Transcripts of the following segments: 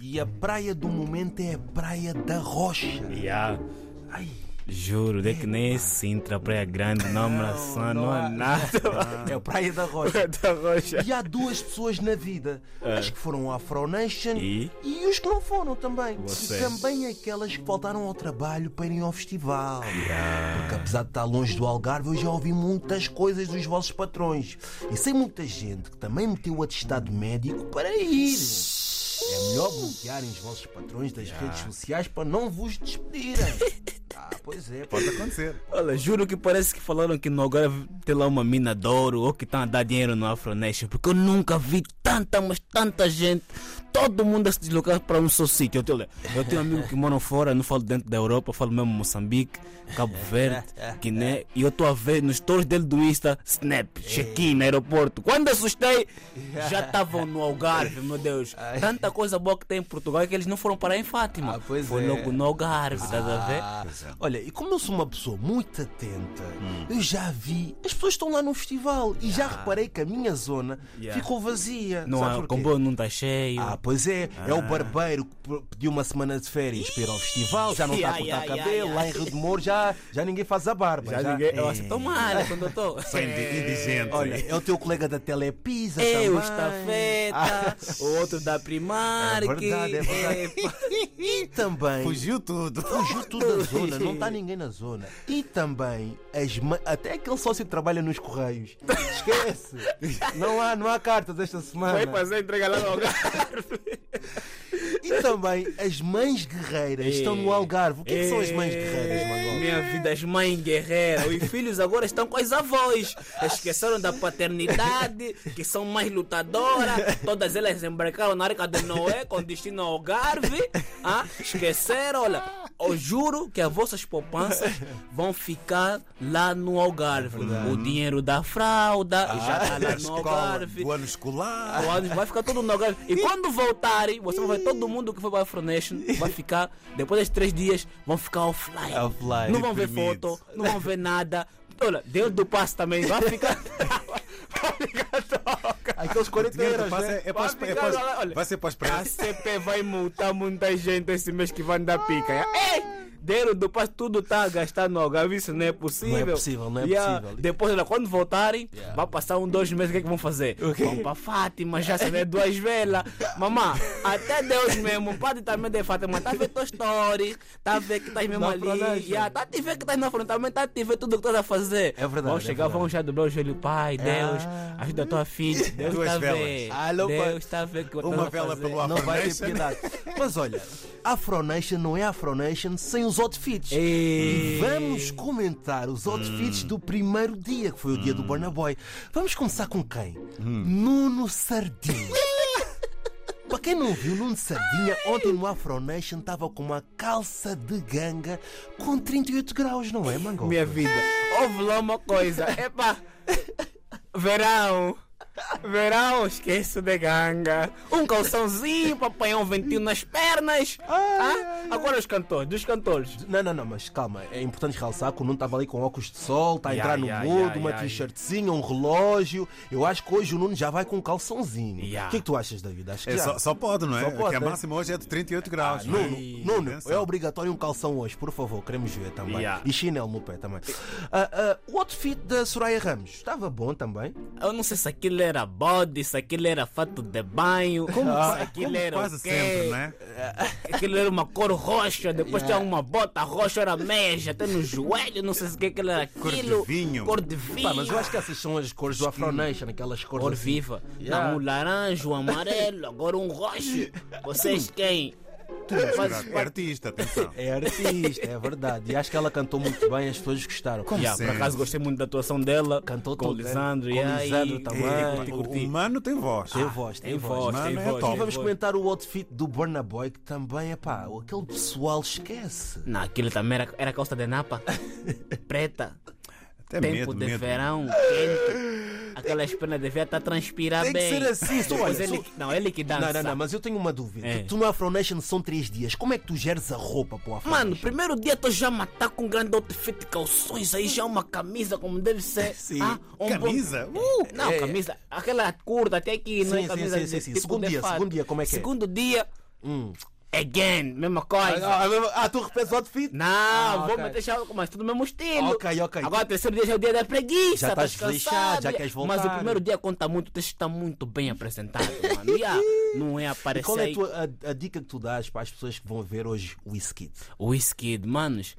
e a praia do momento é a Praia da Rocha. Yeah. Ai, Juro, é que nem esse Sintra, Praia Grande, não, não, não há nada. é a Praia da Rocha. É. Da rocha. E há duas pessoas na vida: as que foram Afro Nation E? os que não foram também. Vocês. E também aquelas que faltaram ao trabalho para irem ao festival. Porque apesar de estar longe do Algarve, eu já ouvi muitas coisas dos vossos patrões. E sei muita gente que também meteu o atestado médico para ir. É melhor bloquearem os vossos patrões das redes sociais para não vos despedirem. ah, pois é. Pode acontecer. Olha, juro que parece que falaram que no Algarve tem lá uma mina de ouro ou que estão a dar dinheiro no Afronation, porque eu nunca vi tanta, mas tanta gente, todo mundo a se deslocar para um só sítio. Eu tenho, olha, eu tenho amigos que moram fora, não falo dentro da Europa, falo mesmo Moçambique, Cabo Verde, Guiné, e eu estou a ver nos stories dele do Insta, Snap, check-in, no aeroporto. Quando assustei, já estavam no Algarve, meu Deus. Tanta coisa boa que tem em Portugal é que eles não foram parar em Fátima. Ah, pois Foi é. logo no Algarve, estás a ver? Ah, Olha, e como eu sou uma pessoa muito atenta, Hum. eu já vi, as pessoas estão lá no festival e já reparei que a minha zona Yeah. ficou vazia. Não Sabes há, o porquê? comboio não está cheio. Ah, pois é, é o barbeiro que p- pediu uma semana de férias para ir ao festival, já não está a Yeah, cortar yeah, yeah, cabelo, lá em Rio de Moro já, já ninguém faz a barba. É, Já ninguém. Eu assim, toma área quando eu tô. E dizendo. Olha, é o teu colega da Telepisa também. Eu, o estafeta, o outro da primária. É verdade, é verdade. E também... Fugiu tudo. Fugiu tudo da zona, não está ninguém na zona. E também, as ma- até aquele sócio que trabalha nos Correios. Esquece! Não há, não há cartas esta semana. fazer entrega lá no E também, as mães guerreiras estão no Algarve. O que, é que são as mães guerreiras, Mangola? Minha vida, as mães guerreiras. Os filhos agora estão com as avós. Esqueceram da paternidade, que são mais lutadoras. Todas elas embarcaram na arca de Noé com destino ao Algarve. Ah, esqueceram, olha. Eu juro que as vossas poupanças vão ficar lá no É Algarve. O dinheiro da fralda Ah, já está lá no Algarve. do ano escolar. O áudio vai ficar todo no Algarve. E quando voltarem, você vai ver todo mundo que foi para a Afronation vai ficar, depois dos três dias, vão ficar offline. Offline, não vão ver deprimidos. foto, não vão ver nada. Olha, Deus do passo também vai ficar. Aqueles 40 Dinheiro euros, do passe né? é- é para os- Vai é ficar para os- lá, olha. Vai ser para os A preços. CP vai multar muita gente esse mês que vai dar pica. Ei! Dinheiro do passo, tudo tá a gastar no Algarve, isso não é possível. Não é possível, não é possível. Depois, olha, quando voltarem, vai passar um, dois meses, o que é que vão fazer? Vão para Fátima, já se vê duas velas. Mamá, até Deus mesmo, o padre também de Fátima, tá a ver tua story, tá a ver que estás mesmo Na ali. fronteira. Yeah, tá a te ver que estás na frente, também tá a te ver tudo o que estás a fazer. É verdade, Ah. Vão é chegar, vão já dobrar o joelho, pai, Deus, ajuda a tua filha. Deus Duas tá a velas. ver. Alô, pai. Deus está a ver que eu Uma tava vela fazendo. pelo Não vai ter Afronation. piedade. Mas olha, Afronation não é Afronation sem os outfits. É E Ei. vamos comentar os outfits Hum. do primeiro dia, que foi o dia do Burna Boy. Vamos começar com quem? Hum. Nuno Sardinha. Para quem não viu, Nuno Sardinha ontem no Afronation estava com uma calça de ganga com 38 graus, não é, Mangola? Minha vida. Houve lá uma coisa. Epa! Verão! Verão, esqueço de ganga. Um calçãozinho para apanhar um ventinho nas pernas. Ah, agora os cantores, dos cantores. Não, não, não, mas calma, é importante realçar que o Nuno estava ali com óculos de sol, está a Yeah, entrar no yeah, mundo, yeah, uma yeah. t-shirtzinha, um relógio. Eu acho que hoje o Nuno já vai com um calçãozinho. O Yeah. que é que tu achas, David? Acho que É, já. só, só pode, não é? Só pode, Porque a né? máxima hoje é de 38 graus. não é? Nuno, Nuno, Atenção. é obrigatório um calção hoje, por favor, queremos ver também. Yeah. E chinelo no pé também. Ah, ah, o outfit da Soraya Ramos estava bom também. Eu não sei se aquilo era body, se aquilo era fato de banho. Como, se aquilo Como era quase o quê. sempre, É. não é? Aquilo era uma cor roxa, depois Yeah. tinha uma bota roxa, era meia, até no joelho, não sei se o que aquilo era Cor de aquilo. vinho. Cor de vinho. Pá, mas eu acho que essas são as cores do Afro Nation, aquelas cores. cor assim. viva. Yeah. Não, um laranja, um amarelo, agora um roxo. Vocês quem? Faz É artista, atenção. É artista, é verdade. E acho que ela cantou muito bem, as pessoas gostaram. Yeah, Sim. por acaso gostei muito da atuação dela. Cantou com o tudo, né? Lisandro. Com o yeah, e Lisandro também. Curti, curti. O humano tem voz. Tem voz, tem Tem voz. voz, tem Mano, é voz. top. tem Vamos voz. comentar o outfit do Burna Boy, que também é pá, aquele pessoal esquece. Não, aquilo também era, era calça de napa. Preta. É Até Tempo medo, de medo. verão, quente. Aquelas pernas devia estar a tá transpirar Tem que bem. ser assim, tu Depois olha, ele- tu- Não, ele que dança. Não, não, não, mas eu tenho uma dúvida. É. Tu, tu no Afro Nation são três dias. Como é que tu geres a roupa para o Afro Mano, Nation? primeiro dia tu já matar com um grande outfit, calções, aí já uma camisa como deve ser. Sim. um bom- Camisa? Uh, não, É. camisa, aquela curta até aqui, não Sim, é sim, camisa sim, sim, de- sim. tipo Segundo de dia, fato. segundo dia, como é que é? Segundo dia, Again, mesma coisa. Ah, ah, tu repetes o outfit? Não, Ah, vou ok. meter chá- mas tudo no mesmo estilo. Ok, ok. Agora o terceiro dia já é o dia da preguiça. tá Já estás desleixado, já queres Mas o voltar. primeiro dia conta muito, tens que estar muito bem apresentado, mano. Yeah, não é aparecer. E qual é a, aí- tua- a- a dica que tu dás para as pessoas que vão ver hoje o Whisky? Whisky, manos.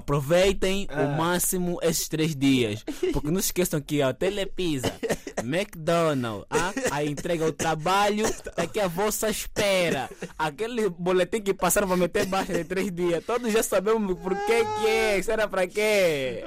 Aproveitem o máximo esses três dias. Porque não se esqueçam que a Telepisa, McDonald's, ah, a entrega ao trabalho é que a vossa espera. Aquele boletim que passaram para meter baixo de três dias. Todos já sabemos por que que é. Será para quê?